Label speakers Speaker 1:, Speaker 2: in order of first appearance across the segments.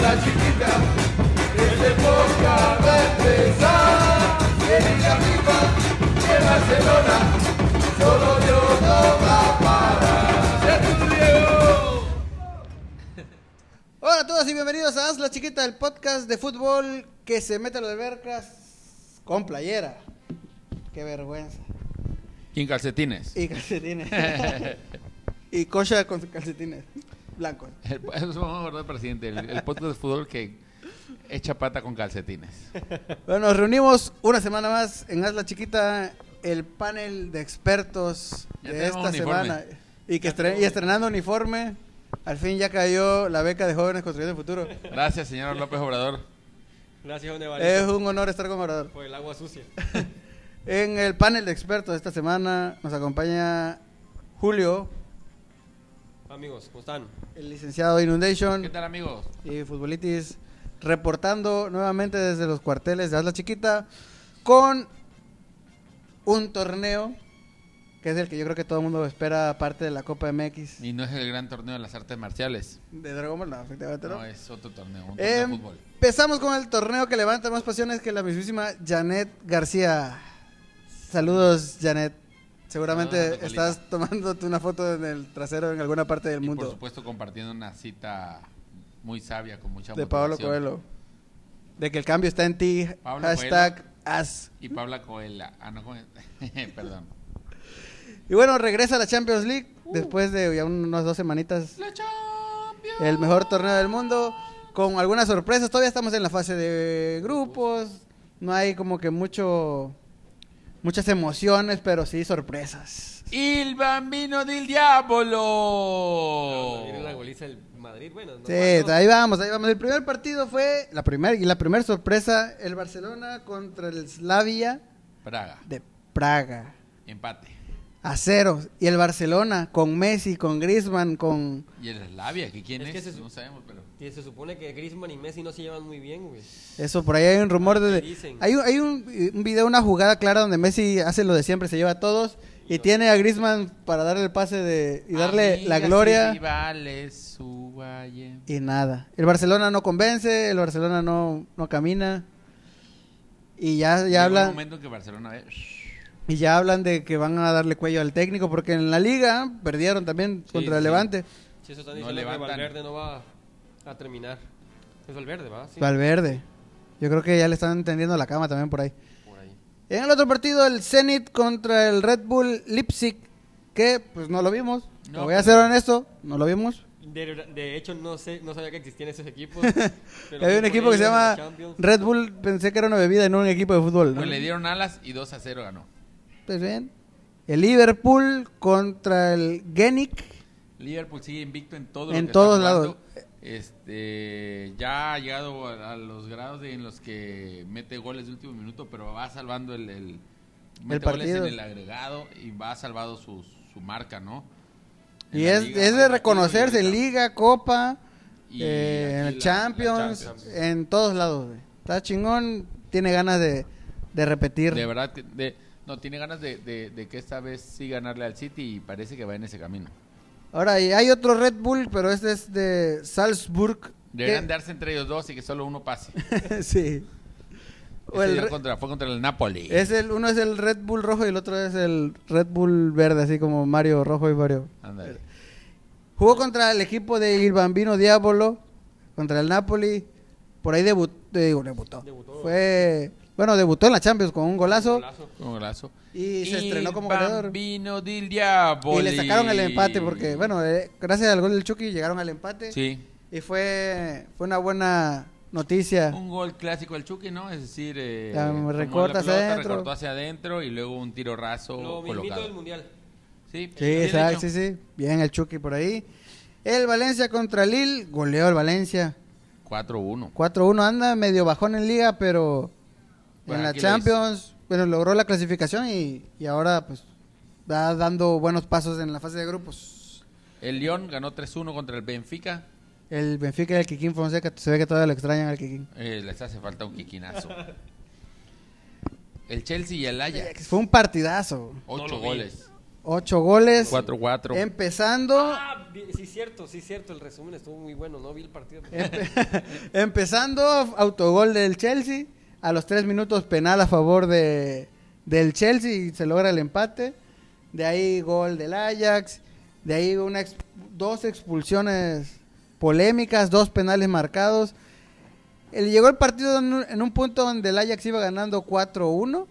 Speaker 1: la chiquita, desde Boca va a empezar. Viene de arriba, de Barcelona, solo Dios no va a parar. ¡Ya tú, Diego!
Speaker 2: Hola a todos y bienvenidos a Haz la Chiquita, el podcast de fútbol que se mete a las albercas con playera. Qué vergüenza.
Speaker 3: Y en calcetines.
Speaker 2: Y calcetines. y cocha con sus calcetines blancos.
Speaker 3: El- Eso es vamos a acordar, presidente. El, el podcast de fútbol que echa pata con calcetines.
Speaker 2: Bueno, nos reunimos una semana más en Hazla Chiquita, el panel de expertos
Speaker 3: Ya
Speaker 2: de
Speaker 3: tenemos
Speaker 2: esta
Speaker 3: uniforme.
Speaker 2: semana. Y que estre- y estrenando uniforme, al fin ya cayó la beca de jóvenes construyendo el futuro.
Speaker 3: Gracias, señor López Obrador.
Speaker 4: Gracias, don
Speaker 2: es
Speaker 4: Evaristo,
Speaker 2: un honor estar con Obrador.
Speaker 4: por el agua sucia.
Speaker 2: En el panel de expertos de esta semana nos acompaña Julio,
Speaker 4: Amigos, ¿cómo están?
Speaker 2: el licenciado Inundation.
Speaker 3: ¿Qué tal, amigos?
Speaker 2: y Futbolitis reportando nuevamente desde los cuarteles de Hazla Chiquita con un torneo que es el que yo creo que todo el mundo espera aparte de la Copa MX
Speaker 3: Y no es el gran torneo de las artes marciales.
Speaker 2: de Dragon Ball, no, efectivamente no. Em,
Speaker 3: No, es otro torneo, un torneo de fútbol.
Speaker 2: Empezamos con el torneo que levanta más pasiones que la mismísima Janet García. Saludos, Janet. Seguramente
Speaker 3: Saludos, Anatolita.
Speaker 2: estás tomándote una foto en el trasero en alguna parte del
Speaker 3: Y por
Speaker 2: mundo
Speaker 3: supuesto compartiendo una cita muy sabia con mucha
Speaker 2: de Pablo
Speaker 3: motivación.
Speaker 2: Coelho. De que el cambio está en ti.
Speaker 3: Pablo
Speaker 2: hashtag as.
Speaker 3: Y Pablo Coelho. Ah, no, ¿cómo es? perdón.
Speaker 2: Y bueno, regresa a la Champions League después de ya unas dos semanitas. El mejor torneo del mundo, con algunas sorpresas. Todavía estamos en la fase de grupos. No hay como que mucho muchas emociones, pero sí sorpresas.
Speaker 3: ¡Il bambino del diablo!
Speaker 4: Viene la goliza del Madrid, bueno. no
Speaker 2: Sí,
Speaker 4: más, ¿no?
Speaker 2: ahí vamos, ahí vamos. El primer partido fue la primera y la primera sorpresa, el Barcelona contra el Slavia
Speaker 3: Praga.
Speaker 2: de Praga.
Speaker 3: Empate.
Speaker 2: A cero. Y el Barcelona con Messi, con Griezmann, con
Speaker 3: ¿Y el Slavia? ¿Que ¿Quién
Speaker 4: Es
Speaker 3: es?
Speaker 4: que ese es-
Speaker 3: No sabemos, pero...
Speaker 4: Y se supone que Griezmann y Messi no se llevan muy bien, güey.
Speaker 2: Eso, por ahí hay un rumor de...
Speaker 4: Dicen.
Speaker 2: Hay, un- hay un, un video, una jugada clara donde Messi hace lo de siempre, se lleva a todos y tiene a Griezmann para darle el pase de, y darle la
Speaker 3: Amigas y
Speaker 2: gloria
Speaker 3: rivales, eh. su valle.
Speaker 2: y nada. El Barcelona no convence, el Barcelona no, no camina y ya,
Speaker 3: Llegó
Speaker 2: ya
Speaker 3: un
Speaker 2: hablan
Speaker 3: momento en que Barcelona... eh, shh,
Speaker 2: y ya hablan de que van a darle cuello al técnico porque en la liga ¿eh? perdieron también
Speaker 3: Sí,
Speaker 2: contra el
Speaker 3: sí.
Speaker 2: Levante.
Speaker 4: Si eso están
Speaker 3: No
Speaker 4: diciendo que
Speaker 3: levantan.
Speaker 4: Valverde no va a terminar. Es Valverde, ¿va? Sí.
Speaker 2: Valverde. Yo creo que ya le están tendiendo la cama también por ahí.
Speaker 4: Por ahí.
Speaker 2: En el otro partido, el Zenit contra el Red Bull Leipzig, que pues no lo vimos.
Speaker 3: No,
Speaker 2: Te voy a
Speaker 3: pero-
Speaker 2: ser honesto, no lo vimos.
Speaker 4: De, de hecho, no sé, no sabía que existían esos equipos. pero
Speaker 2: Había
Speaker 4: vi
Speaker 2: un
Speaker 4: por
Speaker 2: equipo que
Speaker 4: ahí
Speaker 2: se
Speaker 4: en
Speaker 2: llama
Speaker 4: la Champions.
Speaker 2: Red Bull, pensé que era una bebida y no un equipo de fútbol. ¿no?
Speaker 3: Pues le dieron alas y 2 a 0 ganó.
Speaker 2: Pues bien. El Liverpool contra el Genic.
Speaker 3: Liverpool sigue invicto en todo lo
Speaker 2: En
Speaker 3: que
Speaker 2: todos
Speaker 3: está
Speaker 2: lados.
Speaker 3: jugando. Este, ya ha llegado a, a los grados de- en los que mete goles de último minuto, pero va salvando el, el- mete goles
Speaker 2: partido.
Speaker 3: en el agregado y va salvado su, su marca, ¿no? En
Speaker 2: Y
Speaker 3: la
Speaker 2: es,
Speaker 3: liga,
Speaker 2: es
Speaker 3: en
Speaker 2: de
Speaker 3: la
Speaker 2: reconocerse en
Speaker 3: liga.
Speaker 2: Liga, Copa,
Speaker 3: Y
Speaker 2: eh, en
Speaker 3: aquí
Speaker 2: el
Speaker 3: la-
Speaker 2: Champions,
Speaker 3: la Champions.
Speaker 2: en todos lados. güey. Está chingón, tiene ganas de, de repetir.
Speaker 3: De verdad, que- de, no, tiene ganas de, de- de que esta vez sí ganarle al City y parece que va en ese camino.
Speaker 2: Ahora, y hay otro Red Bull, pero este es de Salzburg.
Speaker 3: Deberían
Speaker 2: que-
Speaker 3: darse entre ellos dos y que solo uno pase.
Speaker 2: sí. O
Speaker 3: Ese
Speaker 2: el
Speaker 3: ya
Speaker 2: re-
Speaker 3: contra- fue contra el Napoli.
Speaker 2: es el, uno es el Red Bull rojo y el otro es el Red Bull verde, así como Mario rojo y Mario.
Speaker 3: Ándale.
Speaker 2: Jugó contra el equipo de Il Bambino Diabolo, contra el Napoli. Por ahí debu- eh, digo, debutó.
Speaker 4: Debutó.
Speaker 2: Fue, bueno, debutó en la Champions con un golazo.
Speaker 4: Golazo.
Speaker 3: Un golazo.
Speaker 2: Y se estrenó como goleador.
Speaker 3: Bambino del Diablo.
Speaker 2: Y le sacaron el empate porque, bueno, eh, gracias al gol del Chucky llegaron al empate.
Speaker 3: Sí.
Speaker 2: Y fue, fue una buena noticia.
Speaker 3: Un gol clásico al Chucky, ¿no? Es decir, eh,
Speaker 2: Ya,
Speaker 3: tomó la
Speaker 2: recorta hacia
Speaker 3: pelota,
Speaker 2: adentro.
Speaker 3: recortó hacia adentro y luego un tiro raso
Speaker 4: Lo mismito
Speaker 3: colocado.
Speaker 4: del mundial.
Speaker 3: Sí,
Speaker 2: Sí,
Speaker 3: bien
Speaker 2: exacto,
Speaker 3: hecho.
Speaker 2: sí, sí. Bien el Chucky por ahí. El Valencia contra Lille, goleó el Valencia.
Speaker 3: 4-1.
Speaker 2: 4-1 anda medio bajón en liga, pero en
Speaker 3: Bueno,
Speaker 2: la
Speaker 3: aquí lo hizo.
Speaker 2: Champions, bueno, logró la clasificación y, y ahora pues va dando buenos pasos en la fase de grupos.
Speaker 3: El León ganó 3-1 contra el Benfica.
Speaker 2: El Benfica y el Kikín Fonseca, se ve que todavía lo extrañan al Kikín.
Speaker 3: Eh, les hace falta un quiquinazo. El Chelsea y el Ajax.
Speaker 2: Fue un partidazo.
Speaker 3: Ocho
Speaker 4: No lo vi.
Speaker 3: goles.
Speaker 2: Ocho goles.
Speaker 3: 4-4.
Speaker 2: Empezando.
Speaker 4: Ah, vi- sí, cierto, sí, cierto. El resumen estuvo muy bueno, ¿no? Vi el partido.
Speaker 2: Eh, Empe- Empezando, autogol del Chelsea. A los tres minutos, penal a favor de, del Chelsea y se logra el empate. De ahí, gol del Ajax. De ahí, una ex- dos expulsiones polémicas, dos penales marcados. El- llegó el partido en un, en un punto donde el Ajax iba ganando 4-1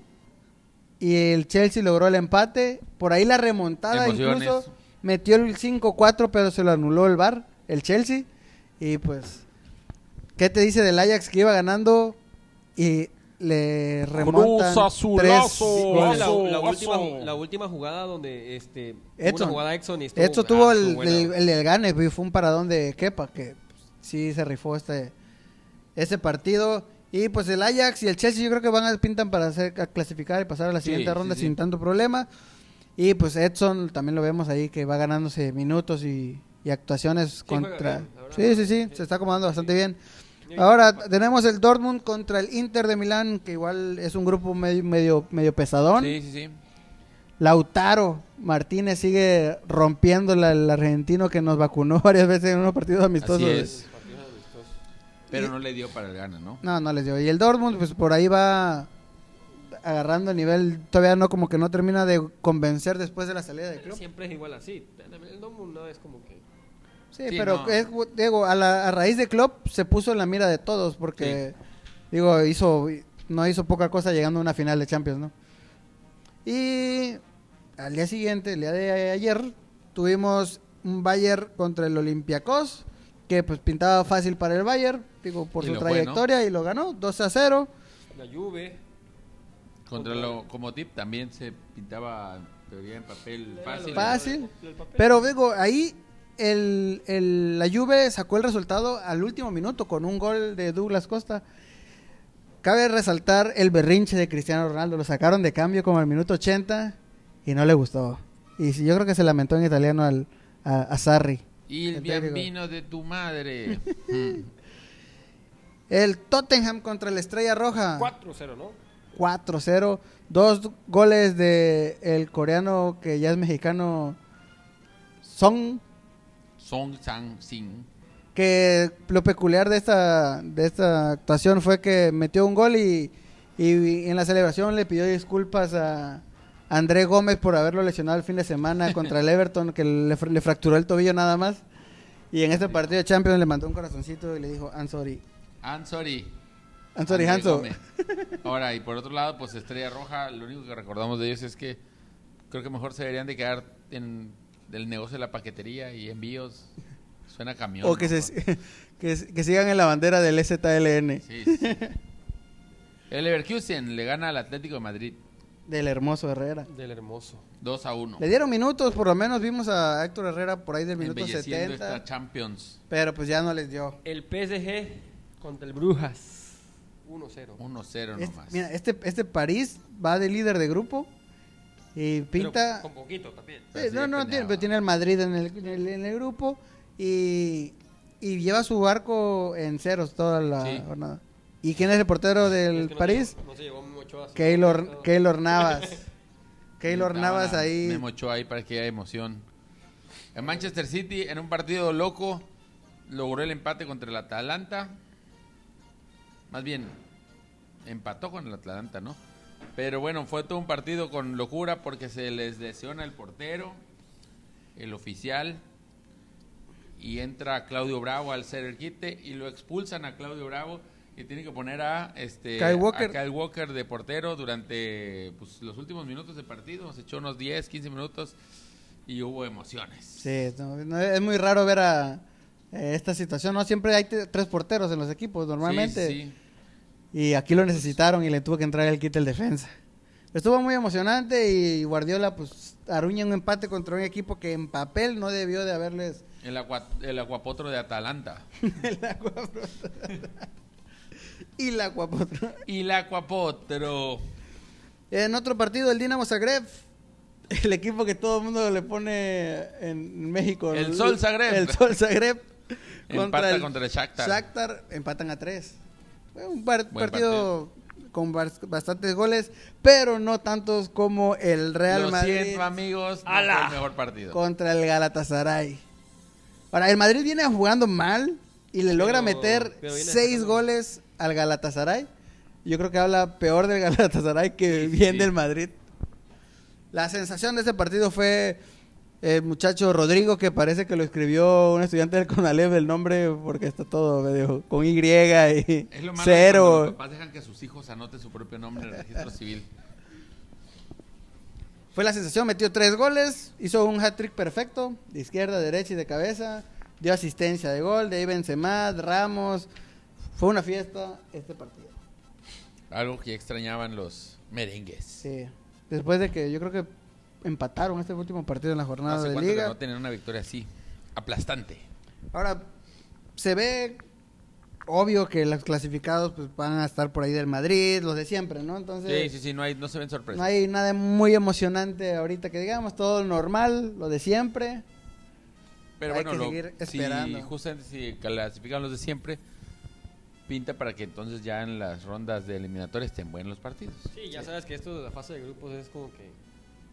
Speaker 2: y el Chelsea logró el empate. Por ahí la remontada
Speaker 3: Emociones.
Speaker 2: incluso metió el 5-4, pero se lo anuló el VAR, el Chelsea. Y pues, ¿qué te dice del Ajax que iba ganando y le remontan
Speaker 3: Cruz
Speaker 2: tres
Speaker 3: Azulazo.
Speaker 4: ¿Viste
Speaker 2: goles?
Speaker 4: la,
Speaker 3: Oso,
Speaker 4: la
Speaker 3: oso.
Speaker 4: última, la última jugada donde este, hubo
Speaker 2: Edson.
Speaker 4: una jugada Exxon y estuvo,
Speaker 2: Esto tuvo
Speaker 4: ah,
Speaker 2: el,
Speaker 4: estuvo buena.
Speaker 2: el, el del gane, güey, fue un paradón de Kepa, que pues, sí se rifó este, este partido. Y pues el Ajax y el Chelsea yo creo que van a pintan para hacer, a clasificar y pasar a la
Speaker 3: Sí,
Speaker 2: siguiente
Speaker 3: sí,
Speaker 2: ronda
Speaker 3: sí.
Speaker 2: sin tanto problema. Y pues Edson también lo vemos ahí que va ganándose minutos y, y actuaciones
Speaker 4: juega
Speaker 2: contra...
Speaker 4: bien, la verdad.
Speaker 2: sí, sí, sí, se está acomodando bastante bien.
Speaker 4: Sí.
Speaker 2: Ahora tenemos el Dortmund contra el Inter de Milán, que igual es un grupo medio, medio, medio pesadón.
Speaker 3: Sí, sí, sí.
Speaker 2: Lautaro Martínez sigue rompiéndola el argentino que nos vacunó varias veces en unos partidos amistosos.
Speaker 3: Así es. Pero no le dio para el gana, ¿no?
Speaker 2: No, no les dio. Y el Dortmund, pues por ahí va agarrando el nivel. Todavía no, como que no termina de convencer después de la salida del club.
Speaker 4: Siempre es igual así. El Dortmund no es como que...
Speaker 2: Sí,
Speaker 3: Sí,
Speaker 2: pero
Speaker 3: no.
Speaker 2: es, digo, a, la, a raíz de Klopp se puso en la mira de todos porque, digo, hizo no hizo poca cosa llegando a una final de Champions, ¿no? Y al día siguiente, el día de ayer, tuvimos un Bayern contra el Olympiacos que pues pintaba fácil para el Bayern, digo, por
Speaker 3: Y
Speaker 2: su
Speaker 3: lo fue, ¿no?
Speaker 2: trayectoria y lo ganó 2 a 0.
Speaker 4: La Juve...
Speaker 3: Contra lo como tip también se pintaba en teoría en papel fácil.
Speaker 2: Fácil.
Speaker 4: El papel.
Speaker 2: Pero digo, ahí el, el- la Juve sacó el resultado al último minuto con un gol de Douglas Costa. Cabe resaltar el berrinche de Cristiano Ronaldo. Lo sacaron de cambio como al minuto 80 y no le gustó. Y sí, yo creo que se lamentó en italiano al, a, a Sarri.
Speaker 3: Y el
Speaker 2: El técnico.
Speaker 3: biambino de tu madre.
Speaker 2: El Tottenham contra la Estrella Roja.
Speaker 4: 4-0, ¿no?
Speaker 2: 4-0. Dos goles de el coreano que ya es mexicano, Song.
Speaker 3: Song Sang Sin.
Speaker 2: que lo peculiar de esta de esta actuación fue que metió un gol y, y en la celebración le pidió disculpas a André Gómez por haberlo lesionado el fin de semana contra el Everton que le, fr- le fracturó el tobillo nada más y en este partido de Champions le mandó un corazoncito y le dijo I'm sorry
Speaker 3: I'm sorry.
Speaker 2: I'm sorry
Speaker 3: André
Speaker 2: Hanso
Speaker 3: Gómez. Ahora, y por otro lado, pues Estrella Roja, lo único que recordamos de ellos es que creo que mejor se deberían de quedar en el negocio de la paquetería y envíos. Suena a camión.
Speaker 2: o que
Speaker 3: ¿no?
Speaker 2: se que, que sigan en la bandera del ZLN
Speaker 3: Sí, sí, sí. El Leverkusen le gana al Atlético de Madrid
Speaker 2: del hermoso Herrera
Speaker 4: Del hermoso.
Speaker 3: 2 a 1.
Speaker 2: le dieron minutos por lo menos vimos a Héctor Herrera por ahí del minuto
Speaker 3: Embelleciendo
Speaker 2: 70
Speaker 3: esta Champions
Speaker 2: pero pues ya no les dio
Speaker 4: El PSG contra el Brujas. 1-0.
Speaker 3: 1-0
Speaker 2: Este-
Speaker 3: nomás.
Speaker 2: mira, este, este París va de líder de grupo y pinta.
Speaker 4: Pero Con poquito también.
Speaker 2: Sí,
Speaker 3: así
Speaker 2: no,
Speaker 3: de
Speaker 2: no,
Speaker 3: pendejo.
Speaker 2: tiene, pero tiene el Madrid en el, en el- en el grupo y, y lleva su barco en ceros toda la
Speaker 3: Sí.
Speaker 2: jornada. ¿Y quién es el portero del
Speaker 4: Es que no se
Speaker 2: París?
Speaker 4: llevó- No se llevó mucho así.
Speaker 2: Keylor, Keylor Navas. Keylor
Speaker 3: Estaba
Speaker 2: Navas ahí.
Speaker 3: Memo Ochoa ahí para que haya emoción. En Manchester City, en un partido loco, logró el empate contra el Atalanta. Más bien, empató con el Atalanta, ¿no? Pero bueno, fue todo un partido con locura porque se les lesiona el portero, el oficial, y entra Claudio Bravo al ser el quite y lo expulsan a Claudio Bravo y tiene que poner a este
Speaker 2: Kyle Walker.
Speaker 3: a Kyle Walker de portero durante pues, los últimos minutos de partido, se echó unos 10, 15 minutos y hubo emociones.
Speaker 2: Sí, no, no, es muy raro ver a eh, esta situación. No siempre hay t- tres porteros en los equipos normalmente.
Speaker 3: Sí, sí, sí.
Speaker 2: Y aquí lo necesitaron y le tuvo que entrar el kit el defensa. Estuvo muy emocionante y Guardiola pues aruña un empate contra un equipo que en papel no debió de haberles...
Speaker 3: El, agua- el aguapotro de Atalanta.
Speaker 2: Y la guapotro.
Speaker 3: Y el aguapotro.
Speaker 2: En otro partido, el Dinamo Zagreb, el equipo que todo el mundo le pone en México.
Speaker 3: El Sol Zagreb.
Speaker 2: El Sol Zagreb.
Speaker 3: Empata contra el Shakhtar.
Speaker 2: Shakhtar, empatan a tres. Fue Un par-
Speaker 3: Buen
Speaker 2: partido, con bas- bastantes goles, pero no tantos como el Real
Speaker 3: Lo
Speaker 2: Madrid
Speaker 3: siento, amigos. No
Speaker 4: ¡Ala!
Speaker 3: fue el mejor partido.
Speaker 2: contra el Galatasaray. Ahora, el Madrid viene jugando mal y le logra
Speaker 4: Pero-
Speaker 2: meter
Speaker 4: pero viene
Speaker 2: seis
Speaker 4: sacando-
Speaker 2: goles al Galatasaray. Yo creo que habla peor del Galatasaray que
Speaker 3: Sí, sí,
Speaker 2: bien
Speaker 3: sí.
Speaker 2: del Madrid. La sensación de este partido fue el muchacho Rodrigo, que parece que lo escribió un estudiante del Conalep el nombre, porque está todo medio con Y y
Speaker 3: Es lo malo cuando Los
Speaker 2: cero.
Speaker 3: papás dejan que sus hijos anoten su propio nombre en el registro civil.
Speaker 2: Fue la sensación, metió tres goles, hizo un hat-trick perfecto, de izquierda, derecha y de cabeza, dio asistencia de gol, de ahí Benzema, Ramos, fue una fiesta este partido.
Speaker 3: Algo que extrañaban los merengues.
Speaker 2: Sí. Después de que yo creo que empataron este último partido en la jornada
Speaker 3: Hace
Speaker 2: de
Speaker 3: cuánto que
Speaker 2: liga.
Speaker 3: no tenían una victoria así. Aplastante.
Speaker 2: Ahora, se ve obvio que los clasificados pues, van a estar por ahí del Madrid, los de siempre, ¿no? Entonces,
Speaker 3: Sí, sí, sí. No, hay, no se ven
Speaker 2: No
Speaker 3: sorpresas.
Speaker 2: hay nada muy emocionante ahorita que digamos, todo normal, lo de siempre.
Speaker 3: Pero
Speaker 2: hay
Speaker 3: bueno,
Speaker 2: que
Speaker 3: lo-
Speaker 2: seguir
Speaker 3: si
Speaker 2: esperando.
Speaker 3: justamente si clasifican los de siempre, pinta para que entonces ya en las rondas de eliminatoria estén buenos los partidos.
Speaker 4: Sí, ya sabes que esto de la fase de grupos es como que.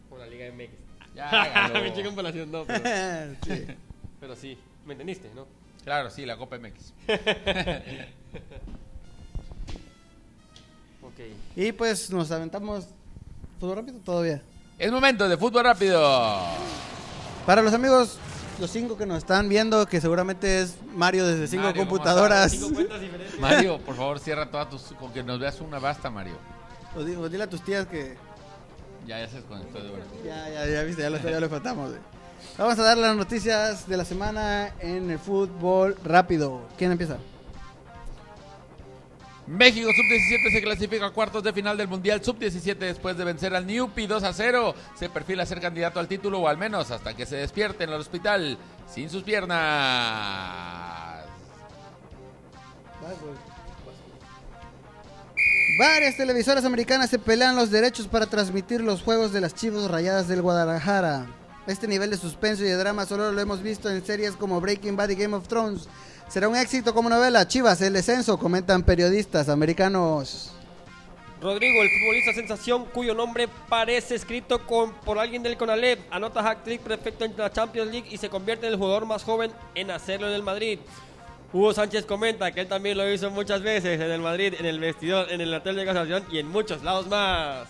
Speaker 4: Con la Liga MX.
Speaker 3: Ya,
Speaker 4: Me chica
Speaker 3: hágalo.
Speaker 4: comparación, no, pero,
Speaker 2: Sí.
Speaker 4: pero sí. ¿Me entendiste, no?
Speaker 3: claro, sí, la Copa MX.
Speaker 4: Ok.
Speaker 2: Y pues nos aventamos todo rápido todavía.
Speaker 3: Es momento de fútbol rápido.
Speaker 2: Para los amigos, los cinco que nos están viendo, que seguramente es Mario desde cinco
Speaker 3: Mario, ¿cómo
Speaker 2: computadoras.
Speaker 4: Cinco cuentas diferentes.
Speaker 3: Mario, por favor, cierra todas tus. con que nos veas una basta, Mario.
Speaker 2: O di- o dile a tus tías que
Speaker 3: Ya, ya se desconectó de vuelta.
Speaker 2: ya, ya, ya viste, ya lo, ya lo faltamos. güey. Vamos a dar las noticias de la semana en el fútbol rápido. ¿Quién empieza?
Speaker 3: México Sub-17 se clasifica a cuartos de final del Mundial Sub-17 después de vencer al Newpi 2 a 0. Se perfila ser candidato al título o al menos hasta que se despierte en el hospital sin sus piernas.
Speaker 2: Varias televisoras americanas se pelean los derechos para transmitir los juegos de las Chivas Rayadas del Guadalajara. Este nivel de suspenso y de drama solo lo hemos visto en series como Breaking Bad y Game of Thrones. Será un éxito como novela. Chivas, el descenso, comentan periodistas americanos.
Speaker 4: Rodrigo, el futbolista sensación cuyo nombre parece escrito con, por alguien del Conalep, anota hat-trick perfecto en la Champions League y se convierte en el jugador más joven en hacerlo en el Madrid. Hugo Sánchez comenta que él también lo hizo muchas veces en el Madrid, en el vestidor, en el hotel de casación y en muchos lados más.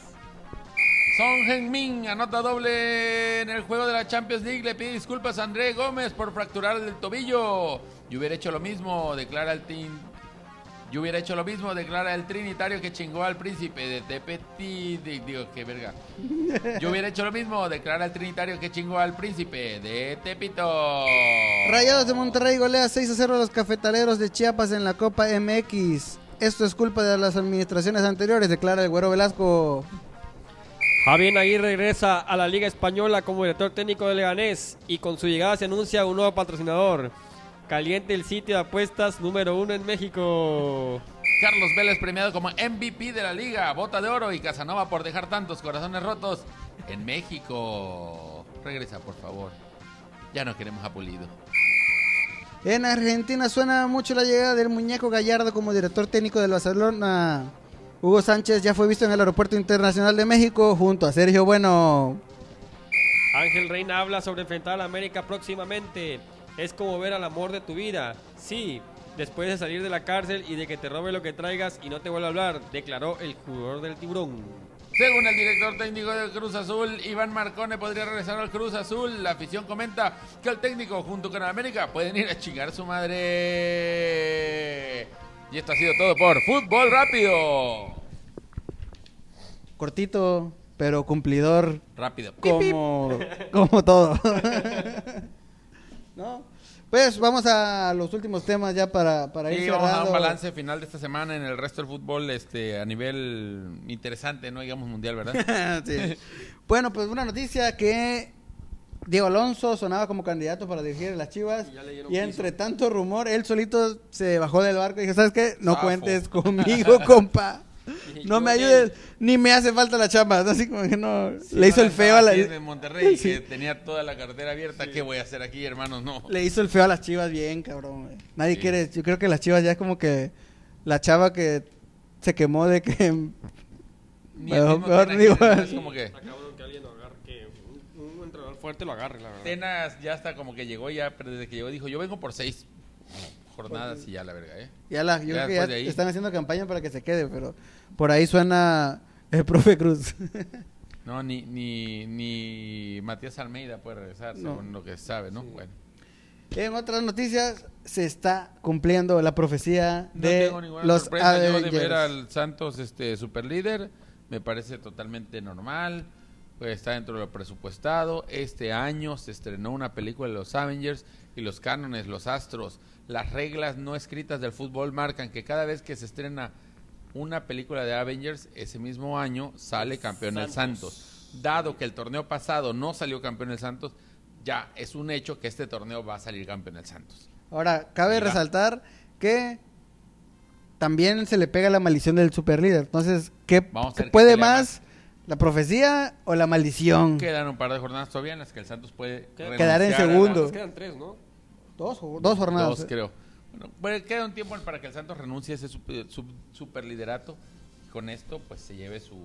Speaker 3: Son Heung-min anota doble en el juego de la Champions League. Le pide disculpas a André Gómez por fracturar el tobillo. Yo hubiera hecho lo mismo, declara el team. Yo hubiera hecho lo mismo, declara el trinitario que chingó al príncipe de Tepeti. de- digo, qué verga. Yo hubiera hecho lo mismo, declara el trinitario que chingó al príncipe de Tepito.
Speaker 2: Rayados de Monterrey golea 6 a 0 a los cafetaleros de Chiapas en la Copa MX. Esto es culpa de las administraciones anteriores, declara el güero Velasco.
Speaker 4: Javier Aguirre regresa a la Liga Española como director técnico de Leganés y con su llegada se anuncia un nuevo patrocinador. Caliente el sitio de apuestas número uno en México.
Speaker 3: Carlos Vélez premiado como MVP de la liga, bota de oro y Casanova por dejar tantos corazones rotos en México. Regresa, por favor. Ya no queremos a Pulido.
Speaker 2: En Argentina suena mucho la llegada del muñeco Gallardo como director técnico del Barcelona. Hugo Sánchez ya fue visto en el Aeropuerto Internacional de México junto a Sergio Bueno.
Speaker 4: Ángel Reina habla sobre enfrentar a la América próximamente. Es como ver al amor de tu vida. Sí, después de salir de la cárcel y de que te robe lo que traigas y no te vuelva a hablar, declaró el jugador del tiburón.
Speaker 3: Según el director técnico de Cruz Azul, Iván Marcone podría regresar al Cruz Azul. La afición comenta que el técnico junto con América pueden ir a chingar a su madre. Y esto ha sido todo por Fútbol Rápido.
Speaker 2: Cortito, pero cumplidor
Speaker 3: Rápido.
Speaker 2: como, como todo. ¿No? Pues vamos a los últimos temas ya para, para ir
Speaker 3: Sí, vamos a dar
Speaker 2: cerrando.
Speaker 3: un balance final de esta semana en el resto del fútbol este, a nivel interesante, no digamos mundial, ¿verdad?
Speaker 2: Sí. Bueno, pues una noticia que Diego Alonso sonaba como candidato para dirigir a las Chivas
Speaker 4: Y ya le dieron
Speaker 2: y, entre tanto rumor, él solito se bajó del barco y dijo, ¿sabes qué? No
Speaker 3: Zafo.
Speaker 2: cuentes conmigo, compa.
Speaker 4: Y
Speaker 2: No
Speaker 4: yo
Speaker 2: me
Speaker 4: ni-
Speaker 2: ayudes, ni me hace falta la chamba. ¿no? Así como que no, le hizo el feo a la...
Speaker 3: De Monterrey,
Speaker 2: Sí.
Speaker 3: que tenía toda la cartera abierta. ¿Qué voy a hacer aquí, hermanos? No.
Speaker 2: Le hizo el feo a las chivas bien, cabrón. güey. Nadie
Speaker 3: Sí.
Speaker 2: quiere. Yo creo que las chivas ya es como que la chava que se quemó de que
Speaker 3: Ni el
Speaker 2: Mejor-
Speaker 3: mismo
Speaker 2: mejor
Speaker 3: Tena
Speaker 2: digo,
Speaker 3: quiere, es
Speaker 2: así.
Speaker 3: como que
Speaker 4: Está cabrón que alguien lo agarre, que un, un entrenador fuerte lo agarre, la verdad.
Speaker 3: Tena ya está como que llegó ya, pero desde que llegó dijo, yo vengo por seis jornadas y ya la verga, ¿eh?
Speaker 2: ya la, yo
Speaker 3: Ya
Speaker 2: creo que
Speaker 3: después
Speaker 2: ya
Speaker 3: de ahí.
Speaker 2: están haciendo campaña para que se quede, pero por ahí suena el profe Cruz.
Speaker 3: No, ni, ni, ni Matías Almeida puede regresar,
Speaker 2: No.
Speaker 3: según lo que sabe, ¿no? Bueno,
Speaker 2: en otras noticias se está cumpliendo la profecía
Speaker 3: no
Speaker 2: de
Speaker 3: tengo ninguna
Speaker 2: los
Speaker 3: sorpresa. Yo de
Speaker 2: Avengers.
Speaker 3: ver al Santos este, superlíder me parece totalmente normal. pues, está dentro de lo presupuestado. Este año se estrenó una película de los Avengers y los cánones, los astros, las reglas no escritas del fútbol marcan que cada vez que se estrena una película de Avengers, ese mismo año sale campeón el Santos. Dado que el torneo pasado no salió campeón el Santos, ya es un hecho que este torneo va a salir campeón el Santos.
Speaker 2: Ahora, cabe
Speaker 3: Mira.
Speaker 2: resaltar que también se le pega la maldición del superlíder. Entonces, ¿qué,
Speaker 3: Vamos a
Speaker 2: qué
Speaker 3: ver qué
Speaker 2: puede
Speaker 3: pelea
Speaker 2: más? ¿La profecía o la maldición?
Speaker 3: Quedan un par de jornadas todavía en las que el Santos puede
Speaker 4: Quedan-
Speaker 2: Quedar en
Speaker 3: renunciar a la-
Speaker 2: segundo.
Speaker 4: Nos quedan tres, ¿no?
Speaker 2: Dos, jo- dos jornadas. eh.
Speaker 3: Dos, creo. Bueno, bueno, queda un tiempo para que el Santos renuncie a ese super, superliderato. Y con esto, pues se lleve su.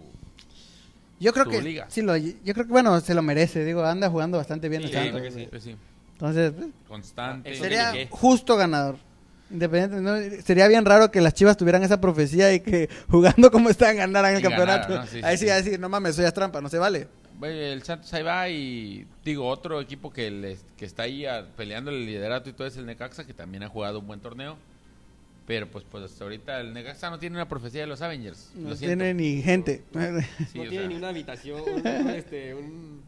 Speaker 2: Yo creo
Speaker 3: Su
Speaker 2: que
Speaker 3: liga.
Speaker 2: sí lo, yo creo que bueno, se lo merece, digo, anda jugando bastante bien el
Speaker 4: Sí,
Speaker 2: Santos.
Speaker 4: creo que sí.
Speaker 3: pues sí,
Speaker 2: Entonces, pues,
Speaker 3: Constante.
Speaker 4: Eso
Speaker 2: sería
Speaker 4: tiene que.
Speaker 2: justo ganador. Independiente, ¿no? sería bien raro que las Chivas tuvieran esa profecía y que jugando como están ganaran el
Speaker 3: Y
Speaker 2: campeonato.
Speaker 3: ganaran, ¿no? Sí, sí,
Speaker 2: ahí sí,
Speaker 3: sí.
Speaker 2: ahí sí, no mames, soy trampa, no se vale.
Speaker 3: Bueno, eh, el Santos ahí va y digo, otro equipo que, les- que está ahí a- peleando el liderato y todo es el Necaxa, que también ha jugado un buen torneo. Pero pues, pues hasta ahorita el Necaxa no tiene una profecía de los Avengers.
Speaker 2: No
Speaker 3: lo siento.
Speaker 2: tiene ni gente.
Speaker 3: Sí,
Speaker 4: no
Speaker 3: o
Speaker 4: tiene
Speaker 3: sea,
Speaker 4: ni una habitación, un- este, un...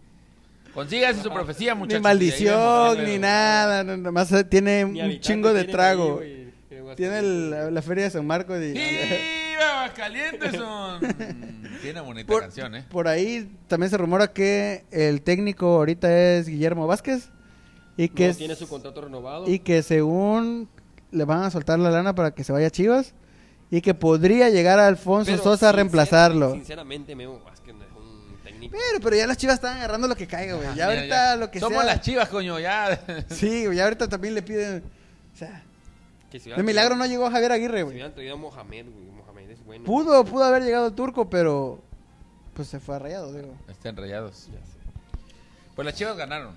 Speaker 3: Consíganse su profecía, muchachos. y
Speaker 2: ni
Speaker 3: ahí
Speaker 2: maldición,
Speaker 3: vemos qué
Speaker 2: ni
Speaker 3: pedo.
Speaker 2: nada, no, nada más eh, tiene
Speaker 4: ni
Speaker 2: un
Speaker 4: habitante
Speaker 2: chingo de
Speaker 4: tiene
Speaker 2: trago.
Speaker 4: ahí, güey, que va a
Speaker 2: Tiene
Speaker 4: ser-
Speaker 2: el- la, la feria de San Marcos y
Speaker 3: ¡Viva Calientes son! Mm, Tiene bonita
Speaker 2: por,
Speaker 3: canción, ¿eh?
Speaker 2: por ahí también se rumora que el técnico ahorita es Guillermo Vázquez y que
Speaker 4: no
Speaker 2: es-
Speaker 4: tiene su contrato renovado.
Speaker 2: y que según le van a soltar la lana para que se vaya a Chivas y que podría llegar a Alfonso
Speaker 4: Pero
Speaker 2: Sosa a
Speaker 4: sincer-
Speaker 2: reemplazarlo.
Speaker 4: Sinceramente, Memo Vázquez no es un técnico.
Speaker 2: Pero, pero ya las Chivas están agarrando lo que caiga, güey. Ya
Speaker 3: Mira,
Speaker 2: ahorita
Speaker 3: ya.
Speaker 2: lo que
Speaker 3: Somos
Speaker 2: sea.
Speaker 3: las chivas, coño, ya.
Speaker 2: Sí, güey, ya ahorita también le piden, o sea,
Speaker 4: Que si
Speaker 2: de milagro no llegó Javier Aguirre,
Speaker 4: Si
Speaker 2: güey.
Speaker 4: hubieran traído a Mohamed, güey. Mohamed es bueno.
Speaker 2: Pudo, pudo haber llegado el turco, pero pues se fue a rayado, digo.
Speaker 3: Están rayados.
Speaker 4: Ya sé.
Speaker 3: Pues las chivas ganaron.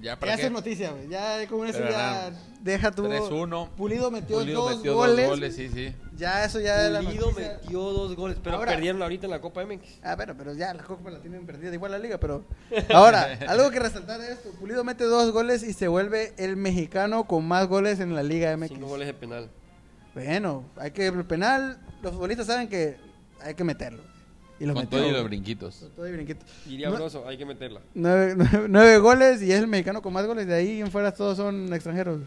Speaker 3: Ya para
Speaker 2: Ya
Speaker 3: qué?
Speaker 2: eso es noticia, güey. Ya con eso
Speaker 3: Pero
Speaker 2: ya
Speaker 3: ganaron.
Speaker 2: deja tu.
Speaker 3: 3-1.
Speaker 2: Pulido metió,
Speaker 3: Pulido
Speaker 2: dos,
Speaker 3: metió
Speaker 2: goles.
Speaker 3: sí, sí.
Speaker 2: Ya eso ya es la
Speaker 4: Pulido
Speaker 2: noticia.
Speaker 4: metió dos goles, pero
Speaker 2: Ahora-
Speaker 4: perdieron ahorita en la Copa MX.
Speaker 2: Ah, bueno, pero ya la Copa la tienen perdida igual la liga, pero ahora, algo que resaltar de esto, Pulido mete dos goles y se vuelve el mexicano con más goles en la Liga MX.
Speaker 4: Cinco goles de penal.
Speaker 2: Bueno, hay que el penal, los futbolistas saben que hay que meterlo. Y los
Speaker 3: Con
Speaker 2: metió,
Speaker 3: todo y
Speaker 2: güey.
Speaker 3: los brinquitos.
Speaker 2: Con todo y brinquito.
Speaker 4: Diría
Speaker 2: No-
Speaker 4: Broso, hay que meterla.
Speaker 2: Nueve, nueve- nueve goles y es el mexicano con más goles. De ahí en fuera todos son extranjeros.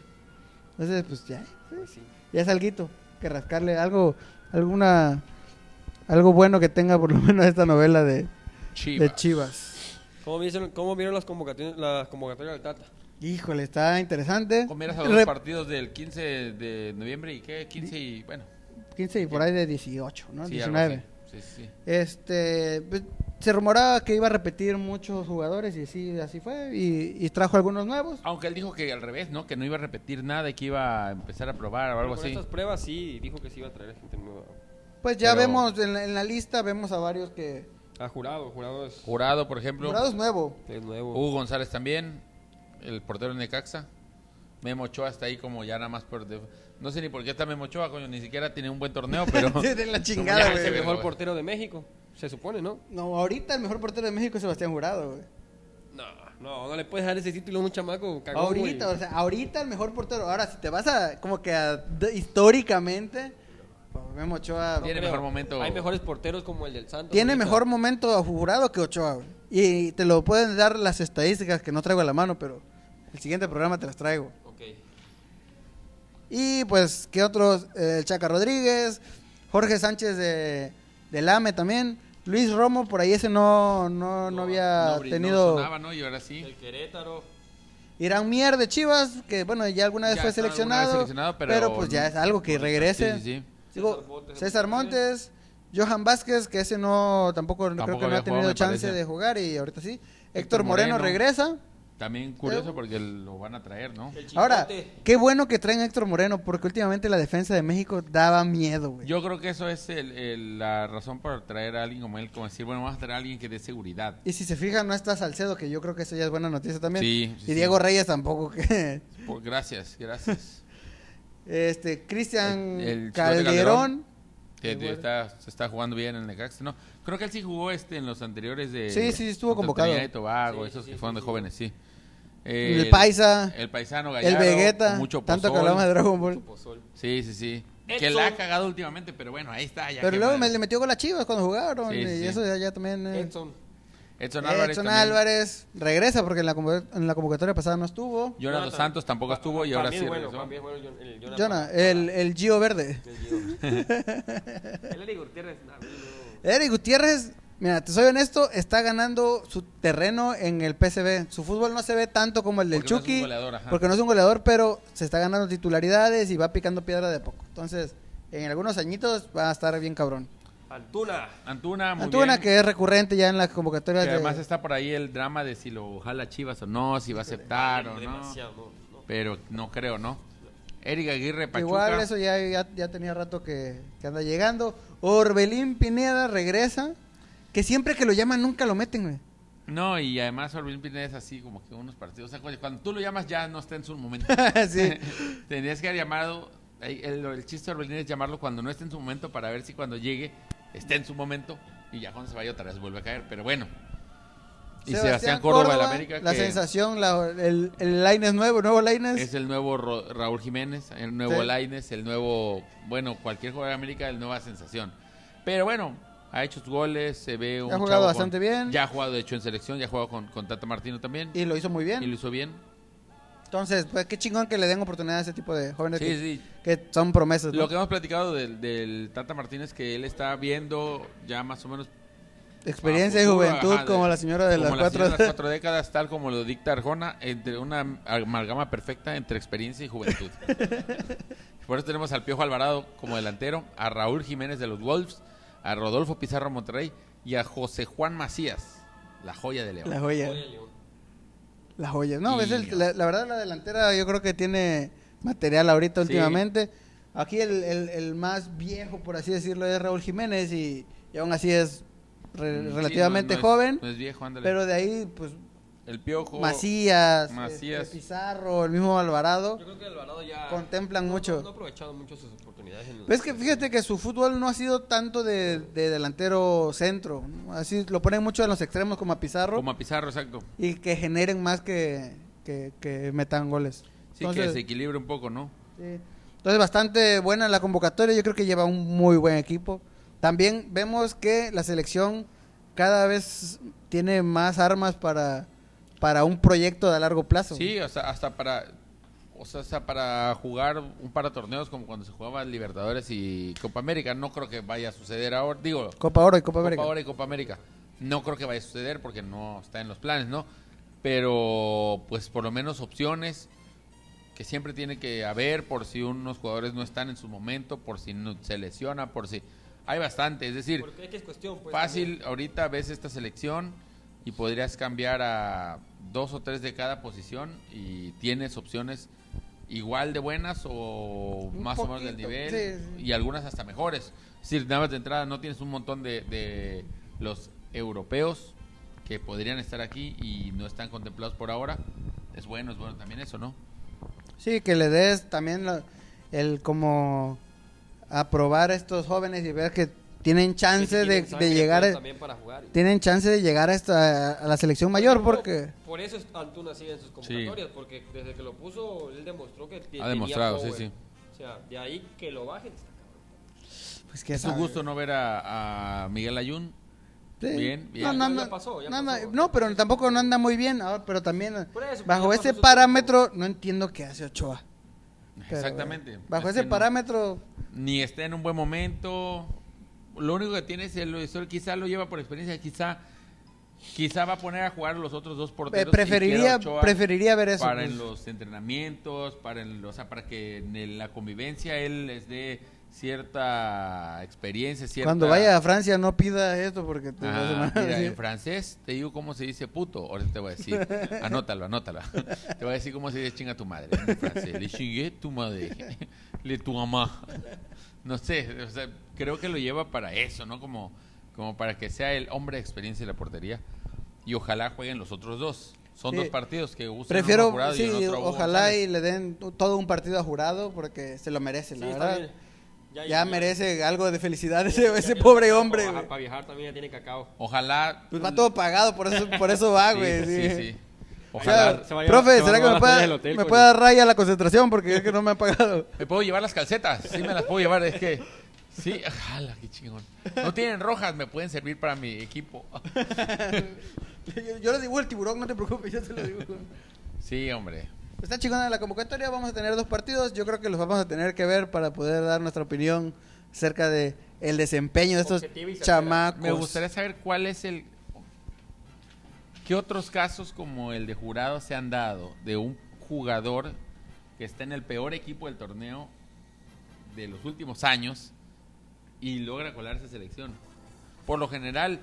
Speaker 2: Entonces, pues ya,
Speaker 4: Pues sí.
Speaker 2: ya es alguito. Que rascarle algo, alguna, algo bueno que tenga por lo menos esta novela de
Speaker 3: Chivas.
Speaker 2: de Chivas.
Speaker 4: ¿Cómo, vieron, cómo vieron las convocatorias, las convocatorias del Tata?
Speaker 2: Híjole, está interesante.
Speaker 3: Comieras a los
Speaker 2: Re-
Speaker 3: partidos del 15 de noviembre y qué, 15 y bueno.
Speaker 2: 15 y por ahí de 18, ¿no?
Speaker 3: sí, algo
Speaker 2: 19.
Speaker 3: así. Sí, sí.
Speaker 2: Este, pues, se rumoraba que iba a repetir muchos jugadores y sí, así fue. Y, y trajo algunos nuevos.
Speaker 3: Aunque él dijo que al revés, ¿no? Que no iba a repetir nada y que iba a empezar a probar o algo
Speaker 4: Con
Speaker 3: así.
Speaker 4: estas pruebas sí, dijo que sí iba a traer gente nueva.
Speaker 2: Pues ya
Speaker 3: Pero-
Speaker 2: vemos en la, en la lista, vemos a varios que...
Speaker 4: Ah, jurado, jurado es,
Speaker 3: Jurado, por ejemplo.
Speaker 2: Jurado Uh, es nuevo.
Speaker 4: es nuevo.
Speaker 3: Hugo González también, el portero de Necaxa. Memo Ochoa está ahí como ya nada más por... def- No sé ni por qué está Memo Ochoa, coño, ni siquiera tiene un buen torneo, pero...
Speaker 2: Sí, de la
Speaker 3: ya
Speaker 2: chingada,
Speaker 3: se
Speaker 4: es el
Speaker 3: ve.
Speaker 2: güey.
Speaker 4: mejor
Speaker 3: güey.
Speaker 4: portero de México, se supone, ¿no?
Speaker 2: No, ahorita el mejor portero de México es Sebastián Jurado, güey.
Speaker 4: No, no, no le puedes dar ese título a un chamaco. cagón,
Speaker 2: Ahorita,
Speaker 4: güey.
Speaker 2: o sea, ahorita el mejor portero. Ahora, si te vas a, como que a- de- históricamente, pues, Memo Ochoa...
Speaker 3: Tiene
Speaker 4: Creo.
Speaker 3: mejor momento.
Speaker 4: Hay mejores porteros como el del Santos.
Speaker 2: Tiene
Speaker 4: ahorita.
Speaker 2: mejor momento a jurado que Ochoa. güey. Y te lo pueden dar las estadísticas que no traigo a la mano, pero el siguiente programa te las traigo.
Speaker 4: Ok.
Speaker 2: Y pues, ¿qué otros? Eh, El Chaca Rodríguez, Jorge Sánchez de, del AME también. Luis Romo, por ahí ese no, no, no, había
Speaker 3: no brin- no
Speaker 2: tenido.
Speaker 3: sonaba, ¿no? Y ahora sí.
Speaker 4: El Querétaro.
Speaker 2: Irán Mier de Chivas, que bueno, ya alguna vez
Speaker 3: Ya
Speaker 2: fue
Speaker 3: estaba alguna
Speaker 2: seleccionado.
Speaker 3: vez seleccionado, pero
Speaker 2: pero, pues ya es algo que
Speaker 3: Sí,
Speaker 2: regrese.
Speaker 3: sí, sí.
Speaker 2: Digo,
Speaker 4: César Montes.
Speaker 2: César Montes, Johan Vázquez, que ese no, tampoco, creo
Speaker 3: Tampoco
Speaker 2: que no
Speaker 3: había
Speaker 2: ha tenido
Speaker 3: jugado, me
Speaker 2: chance
Speaker 3: parece.
Speaker 2: de jugar y ahorita sí. Héctor,
Speaker 3: Héctor
Speaker 2: Moreno,
Speaker 3: Moreno.
Speaker 2: regresa.
Speaker 3: También
Speaker 2: Eh,
Speaker 3: curioso porque lo van a traer, ¿no?
Speaker 4: El chicote.
Speaker 2: Ahora, qué bueno que traen a Héctor Moreno, porque últimamente la defensa de México daba miedo, güey.
Speaker 3: Yo creo que eso es el- el- la razón para traer a alguien como él, como decir, bueno, vamos a traer a alguien que dé seguridad.
Speaker 2: Y si se fijan, no está Salcedo, que yo creo que eso ya es buena noticia también.
Speaker 3: Sí, sí,
Speaker 2: y Diego
Speaker 3: sí.
Speaker 2: Reyes tampoco, que...
Speaker 3: Por- gracias, gracias.
Speaker 2: Este, Cristian
Speaker 3: El- el Chicote
Speaker 2: Calderón.
Speaker 3: Calderón. Que te- está, se está jugando bien en el Necaxa, ¿no? Creo que él sí jugó este en los anteriores de...
Speaker 2: Sí, sí, estuvo
Speaker 3: contra
Speaker 2: convocado.
Speaker 3: Trinidad y Tobago,
Speaker 4: Sí,
Speaker 3: esos
Speaker 4: sí,
Speaker 3: que
Speaker 4: sí,
Speaker 3: fueron de
Speaker 4: sí.
Speaker 3: jóvenes, sí.
Speaker 2: El Paisa,
Speaker 3: El Paisano
Speaker 2: el
Speaker 3: Gallardo.
Speaker 2: Vegeta,
Speaker 3: Mucho
Speaker 2: tanto que
Speaker 3: Pozol.
Speaker 2: hablamos de Dragon Ball.
Speaker 4: Pozol.
Speaker 3: Sí, sí, sí. Que
Speaker 4: Edson.
Speaker 3: la ha cagado últimamente, pero bueno, ahí está. Ya
Speaker 2: Pero
Speaker 3: que
Speaker 2: luego me
Speaker 3: madre.
Speaker 2: le metió con las chivas cuando jugaron.
Speaker 3: Sí,
Speaker 2: y
Speaker 3: sí.
Speaker 2: eso ya, ya también. eh.
Speaker 4: Edson.
Speaker 3: Edson
Speaker 2: Edson
Speaker 3: Álvarez.
Speaker 2: Álvarez,
Speaker 3: también.
Speaker 2: regresa porque en la, convo- en la convocatoria pasada no estuvo.
Speaker 3: Jonathan dos Santos tampoco estuvo y ahora sí.
Speaker 4: También bueno,
Speaker 3: regresó.
Speaker 4: también bueno, Jon- el Jonathan.
Speaker 2: Jonah, el, el Gio Verde.
Speaker 4: El Gio. El Eric Gutiérrez. nah, no.
Speaker 2: Eric Gutiérrez, mira, te soy honesto, está ganando su terreno en el PCB. Su fútbol no se ve tanto como el del
Speaker 3: Porque no es un
Speaker 2: Chucky,
Speaker 3: goleador, ajá.
Speaker 2: porque no es un goleador, pero se está ganando titularidades y va picando piedra de a poco. Entonces, en algunos añitos va a estar bien cabrón.
Speaker 4: Antuna.
Speaker 3: Antuna, Ah, muy
Speaker 2: Antuna,
Speaker 3: bien.
Speaker 2: que es recurrente ya en las convocatorias
Speaker 3: Que
Speaker 2: de-
Speaker 3: además está por ahí el drama de si lo jala Chivas o no, si va a aceptar o no.
Speaker 4: Demasiado. no, no.
Speaker 3: Pero no creo, ¿no? Eric Aguirre, Pachuca.
Speaker 2: Igual eso ya, ya, ya tenía rato que, que anda llegando. Orbelín Pineda regresa. Que siempre que lo llaman nunca lo meten, güey.
Speaker 3: No, y además Orbelín Pineda es así como que unos partidos. o sea, cuando- cuando tú lo llamas ya no está en su momento.
Speaker 2: sí.
Speaker 3: Tendrías que haber llamado. ahí, El, el chiste de Orbelín es llamarlo cuando no esté en su momento para ver si cuando llegue está en su momento y ya cuando se vaya otra vez vuelve a caer. Pero bueno. Y Sebastián, Córdoba, del América.
Speaker 2: La
Speaker 3: que
Speaker 2: sensación, la- el, el Lainez nuevo, nuevo Lainez.
Speaker 3: Es el nuevo Ro- Raúl Jiménez, el nuevo
Speaker 2: Sí.
Speaker 3: Lainez, el nuevo. Bueno, cualquier jugador de América, el nueva sensación. Pero bueno, ha hecho sus goles, se ve un.
Speaker 2: ha jugado
Speaker 3: chavo con-
Speaker 2: bastante bien.
Speaker 3: Ya ha jugado, de hecho, en selección, ya ha jugado con, con Tata Martino también.
Speaker 2: Y lo hizo muy bien.
Speaker 3: y lo hizo bien.
Speaker 2: Entonces, pues qué chingón que le den oportunidad a ese tipo de jóvenes
Speaker 3: Sí,
Speaker 2: que,
Speaker 3: sí.
Speaker 2: que son promesas. ¿no?
Speaker 3: Lo que hemos platicado del, del Tata Martínez, que él está viendo ya más o menos.
Speaker 2: Experiencia y
Speaker 3: a Ah, futuro,
Speaker 2: juventud,
Speaker 3: ajá,
Speaker 2: como
Speaker 3: de-
Speaker 2: la señora de
Speaker 3: como
Speaker 2: las
Speaker 3: la
Speaker 2: cuatro.
Speaker 3: señora de las cuatro décadas, tal como lo dicta Arjona, entre una amalgama perfecta entre experiencia y juventud. Por eso tenemos al Piojo Alvarado como delantero, a Raúl Jiménez de los Wolves, a Rodolfo Pizarro Monterrey y a José Juan Macías, la joya de León.
Speaker 2: la joya.
Speaker 4: Oye, León.
Speaker 2: La joya. No,
Speaker 3: Y-
Speaker 2: es el- la, la verdad, la delantera yo creo que tiene material ahorita
Speaker 3: Sí.
Speaker 2: últimamente. Aquí el, el- el más viejo, por así decirlo, es Raúl Jiménez y, y aún así es re-
Speaker 3: Mm, Sí, no-
Speaker 2: relativamente
Speaker 3: no es-
Speaker 2: joven.
Speaker 3: no es viejo, ándale.
Speaker 2: pero de ahí, pues,
Speaker 3: el Piojo.
Speaker 2: Macías,
Speaker 3: Macías.
Speaker 2: este, Pizarro, el mismo Alvarado.
Speaker 4: Yo creo que Alvarado ya.
Speaker 2: Contemplan
Speaker 4: no-
Speaker 2: mucho.
Speaker 4: No, no ha aprovechado mucho sus oportunidades. En
Speaker 2: Pero Pues es que fíjate que su fútbol no ha sido tanto de, de delantero centro. ¿no? Así lo ponen mucho en los extremos como a Pizarro
Speaker 3: Como a Pizarro, exacto.
Speaker 2: y que generen más que, que, que metan goles.
Speaker 3: Sí, que
Speaker 2: Entonces-
Speaker 3: se equilibre un poco, ¿no?
Speaker 2: Sí. Entonces, bastante buena la convocatoria. Yo creo que lleva un muy buen equipo. También vemos que la selección cada vez tiene más armas para, para un proyecto de largo plazo.
Speaker 3: Sí, o sea, hasta para o sea, hasta para jugar un par de torneos como cuando se jugaba Libertadores y Copa América, no creo que vaya a suceder ahora, digo, Copa,
Speaker 2: Copa Oro y Copa, América.
Speaker 3: Oro y Copa América. No creo que vaya a suceder porque no está en los planes, ¿no? Pero pues por lo menos opciones que siempre tiene que haber por si unos jugadores no están en su momento, por si no- se lesiona, por si hay bastante, es decir,
Speaker 4: Porque es que es cuestión. Pues,
Speaker 3: Fácil, ahorita ves esta selección y podrías cambiar a dos o tres de cada posición y tienes opciones igual de buenas o
Speaker 2: Un
Speaker 3: más o menos del
Speaker 2: poquito,
Speaker 3: nivel
Speaker 2: sí, sí.
Speaker 3: y algunas hasta mejores. Es decir, nada más de entrada no tienes un montón de, de los europeos que podrían estar aquí y no están contemplados por ahora. Es bueno, es bueno también eso, ¿no?
Speaker 2: Sí, que le des también la- el como aprobar a estos jóvenes y ver que tienen
Speaker 4: también.
Speaker 2: chance
Speaker 4: Que
Speaker 2: de,
Speaker 4: si tienen sangre,
Speaker 2: de llegar
Speaker 4: pues,
Speaker 2: a,
Speaker 4: También para jugar.
Speaker 2: tienen chance de llegar a, esta- a la selección mayor porque
Speaker 4: Por eso es- Antuna sigue en sus convocatorias, porque desde que lo puso, él demostró que tiene.
Speaker 3: Ha demostrado, sí, sí.
Speaker 4: O sea, de ahí que lo bajen. está cabrón.
Speaker 2: pues que
Speaker 3: Es un gusto no ver a, a Miguel Ayun.
Speaker 2: Sí.
Speaker 3: Bien, bien.
Speaker 2: No, no,
Speaker 4: Ya
Speaker 2: no,
Speaker 4: pasó, ya
Speaker 2: no, no,
Speaker 4: pasó.
Speaker 2: no, pero tampoco no anda muy bien. ahora, pero también,
Speaker 4: Por eso,
Speaker 2: bajo
Speaker 4: pues, ya
Speaker 2: ese
Speaker 4: pasó su
Speaker 2: parámetro, no entiendo qué hace Ochoa. Pero,
Speaker 3: Exactamente.
Speaker 2: eh, bajo
Speaker 3: Es
Speaker 2: ese
Speaker 3: que no-
Speaker 2: parámetro, eh,
Speaker 3: ni está en un buen momento. Lo único que tiene es el eso quizá lo lleva por experiencia, quizá quizá va a poner a jugar los otros dos porteros.
Speaker 2: eh, preferiría,
Speaker 3: Izquierda, Ochoa,
Speaker 2: preferiría ver eso.
Speaker 3: para
Speaker 2: pues.
Speaker 3: en los entrenamientos, para en, o sea, para que en el- la convivencia él les dé cierta experiencia, cierta...
Speaker 2: Cuando vaya a Francia no pida esto porque te vas a
Speaker 3: Ah,
Speaker 2: mandar
Speaker 3: mira,
Speaker 2: así.
Speaker 3: en francés te digo cómo se dice puto. Ahora te voy a decir, anótalo, anótalo. Te voy a decir cómo se dice chinga tu madre en francés. Le chingué tu madre. Le tu mamá. No sé, o sea, creo que lo lleva para eso, ¿no? Como, como para que sea el hombre de experiencia de la portería. Y ojalá jueguen los otros dos. Son
Speaker 2: Sí.
Speaker 3: dos partidos que usan uno a
Speaker 2: Prefiero,
Speaker 3: Jurado y el
Speaker 2: sí,
Speaker 3: otro oh, a Hugo
Speaker 2: ojalá
Speaker 3: González.
Speaker 2: y le den todo un partido a jurado porque se lo merece, la
Speaker 4: Sí, está
Speaker 2: verdad.
Speaker 4: bien.
Speaker 2: Ya,
Speaker 4: ya-
Speaker 2: merece algo de felicidad ese,
Speaker 4: ya
Speaker 2: ese
Speaker 4: tiene
Speaker 2: pobre
Speaker 4: cacao,
Speaker 2: hombre,
Speaker 4: ajá,
Speaker 2: güey.
Speaker 4: Para viajar también ya tiene cacao.
Speaker 3: Ojalá.
Speaker 2: Pues va todo pagado, por eso, por eso va, güey.
Speaker 3: sí,
Speaker 2: sí.
Speaker 3: sí, sí.
Speaker 2: O
Speaker 3: Ojalá.
Speaker 2: sea,
Speaker 4: Se va a llevar-
Speaker 2: profe,
Speaker 4: se va a
Speaker 2: ¿será que
Speaker 4: llevar
Speaker 2: me pueda,
Speaker 4: las toallas del hotel,
Speaker 2: me
Speaker 4: coño.
Speaker 2: pueda dar raya la concentración? Porque es que no me han pagado.
Speaker 3: ¿Me puedo llevar las calcetas? Sí, me las puedo llevar, es que... Sí, jala, qué chingón. No tienen rojas, me pueden servir para mi equipo.
Speaker 2: Yo, yo le digo el tiburón, no te preocupes, yo te lo digo.
Speaker 3: Sí, hombre.
Speaker 2: Está chingona la convocatoria, vamos a tener dos partidos. Yo creo que los vamos a tener que ver para poder dar nuestra opinión acerca de el desempeño de estos
Speaker 4: Objetiva y certera.
Speaker 2: chamacos.
Speaker 3: Me gustaría saber cuál es el... ¿Qué otros casos como el de jurado se han dado de un jugador que está en el peor equipo del torneo de los últimos años y logra colarse a selección? Por lo general,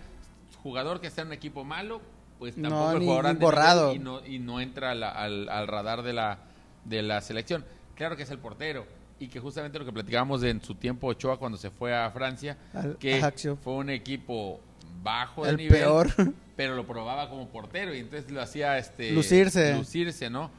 Speaker 3: jugador que está en un equipo malo, pues
Speaker 2: No,
Speaker 3: tampoco el
Speaker 2: ni-
Speaker 3: jugador
Speaker 2: ni
Speaker 3: anda en nivel
Speaker 2: borrado.
Speaker 3: y no, y no entra a la- al, al radar de la, de la selección. Claro que es el portero y que justamente lo que platicábamos de en su tiempo Ochoa cuando se fue a Francia,
Speaker 2: Al-
Speaker 3: que
Speaker 2: Ajaccio.
Speaker 3: fue un equipo bajo de
Speaker 2: El
Speaker 3: nivel,
Speaker 2: peor.
Speaker 3: pero lo probaba como portero y entonces lo hacía este
Speaker 2: Lucirse.
Speaker 3: lucirse, ¿no?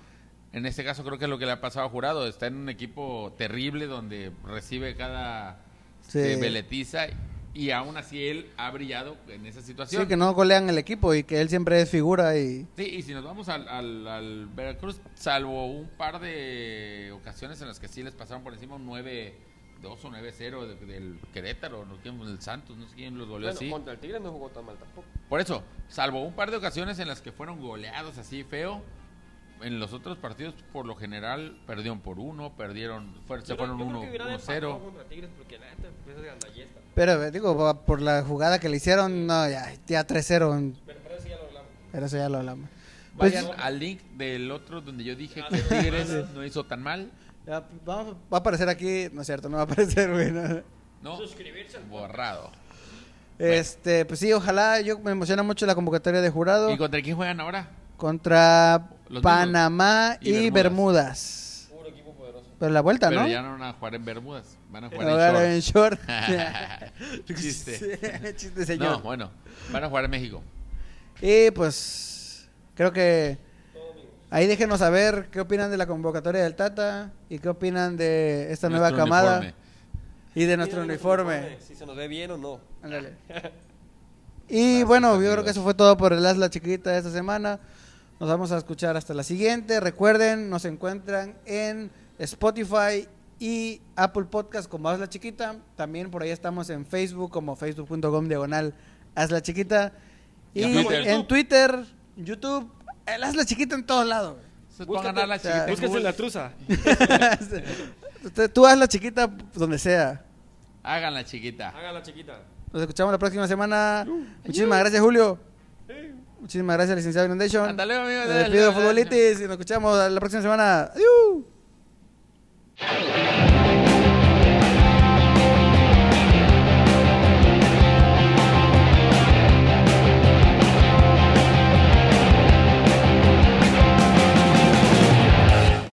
Speaker 3: En este caso creo que es lo que le ha pasado a Jurado, está en un equipo terrible donde recibe cada
Speaker 2: Sí.
Speaker 3: este, veletiza y aún así él ha brillado en esa situación.
Speaker 2: Sí, que no golean el equipo y que él siempre es figura y...
Speaker 3: Sí, y si nos vamos al, al- al Veracruz, salvo un par de ocasiones en las que sí les pasaron por encima un 9-2 o 9-0 de- del Querétaro, no quién, el Santos, no sé quién los goleó
Speaker 4: Bueno,
Speaker 3: así.
Speaker 4: contra el Tigre no jugó tan mal tampoco.
Speaker 3: Por eso, salvo un par de ocasiones en las que fueron goleados así feo, en los otros partidos por lo general perdieron por uno, perdieron, fue- se
Speaker 4: Yo creo-
Speaker 3: fueron
Speaker 4: yo creo que hubieran empatado
Speaker 3: 1-0.
Speaker 4: contra Tigres porque la neta, pues, es gandallesta.
Speaker 2: Pero eh, digo, va- por la jugada que le hicieron, no, ya, ya 3-0,
Speaker 4: Pero parece que ya lo hablamos.
Speaker 2: pero eso ya lo hablamos. Pues,
Speaker 3: Vayan al link del otro donde yo
Speaker 4: Ah,
Speaker 3: dije que Tigres no hizo tan mal.
Speaker 2: ya, vamos- va a aparecer aquí, no es cierto, no va a aparecer, güey. no.
Speaker 3: No,
Speaker 4: Suscribirse al
Speaker 3: borrado.
Speaker 2: Este, pues sí, ojalá, yo me emociona mucho la convocatoria de jurado
Speaker 3: ¿Y contra quién juegan ahora?
Speaker 2: contra
Speaker 3: Los
Speaker 2: Panamá
Speaker 3: mismos.
Speaker 2: y,
Speaker 3: Y
Speaker 2: Bermudas.
Speaker 4: Puro equipo poderoso.
Speaker 2: Pero la vuelta,
Speaker 3: Pero
Speaker 2: ¿no? Eh,
Speaker 3: ya no van a jugar en Bermudas, van a jugar
Speaker 2: Ahora
Speaker 3: en
Speaker 2: en
Speaker 3: short.
Speaker 2: short.
Speaker 3: Chiste.
Speaker 2: Chiste, señor.
Speaker 3: No, bueno, van a jugar en México.
Speaker 2: Y pues creo que ahí déjenos saber qué opinan de la convocatoria del Tata y qué opinan de esta nueva
Speaker 3: Nuestro
Speaker 2: camada
Speaker 3: uniforme.
Speaker 2: y de nuestro
Speaker 4: Miren
Speaker 2: uniforme.
Speaker 4: Si se nos ve bien o no.
Speaker 2: Ándale. Y
Speaker 3: Gracias,
Speaker 2: bueno, yo
Speaker 3: amigos.
Speaker 2: creo que eso fue todo por el Hazla Chiquita de esta semana. Nos vamos a escuchar hasta la siguiente. Recuerden, nos encuentran en Spotify y Apple Podcast como Hazla Chiquita. También por ahí estamos en Facebook como facebook.com diagonal Hazla Chiquita. Y,
Speaker 3: Y en Twitter.
Speaker 2: en Twitter, YouTube, el Hazla Chiquita en todos lados. güey.
Speaker 3: Entonces
Speaker 4: Búscate-
Speaker 3: pongan a Pues, la chiquita en
Speaker 4: Búsquese
Speaker 3: Google.
Speaker 4: la truza.
Speaker 2: Usted- Tú Hazla Chiquita donde sea.
Speaker 3: Háganla chiquita.
Speaker 4: Hágala chiquita.
Speaker 2: Nos escuchamos la próxima semana. Muchísimas gracias, Julio. Muchísimas gracias, licenciado Inundation.
Speaker 3: Hasta luego, amigo.
Speaker 2: Me despido, futbolitis, y nos escuchamos la próxima semana. Adiós.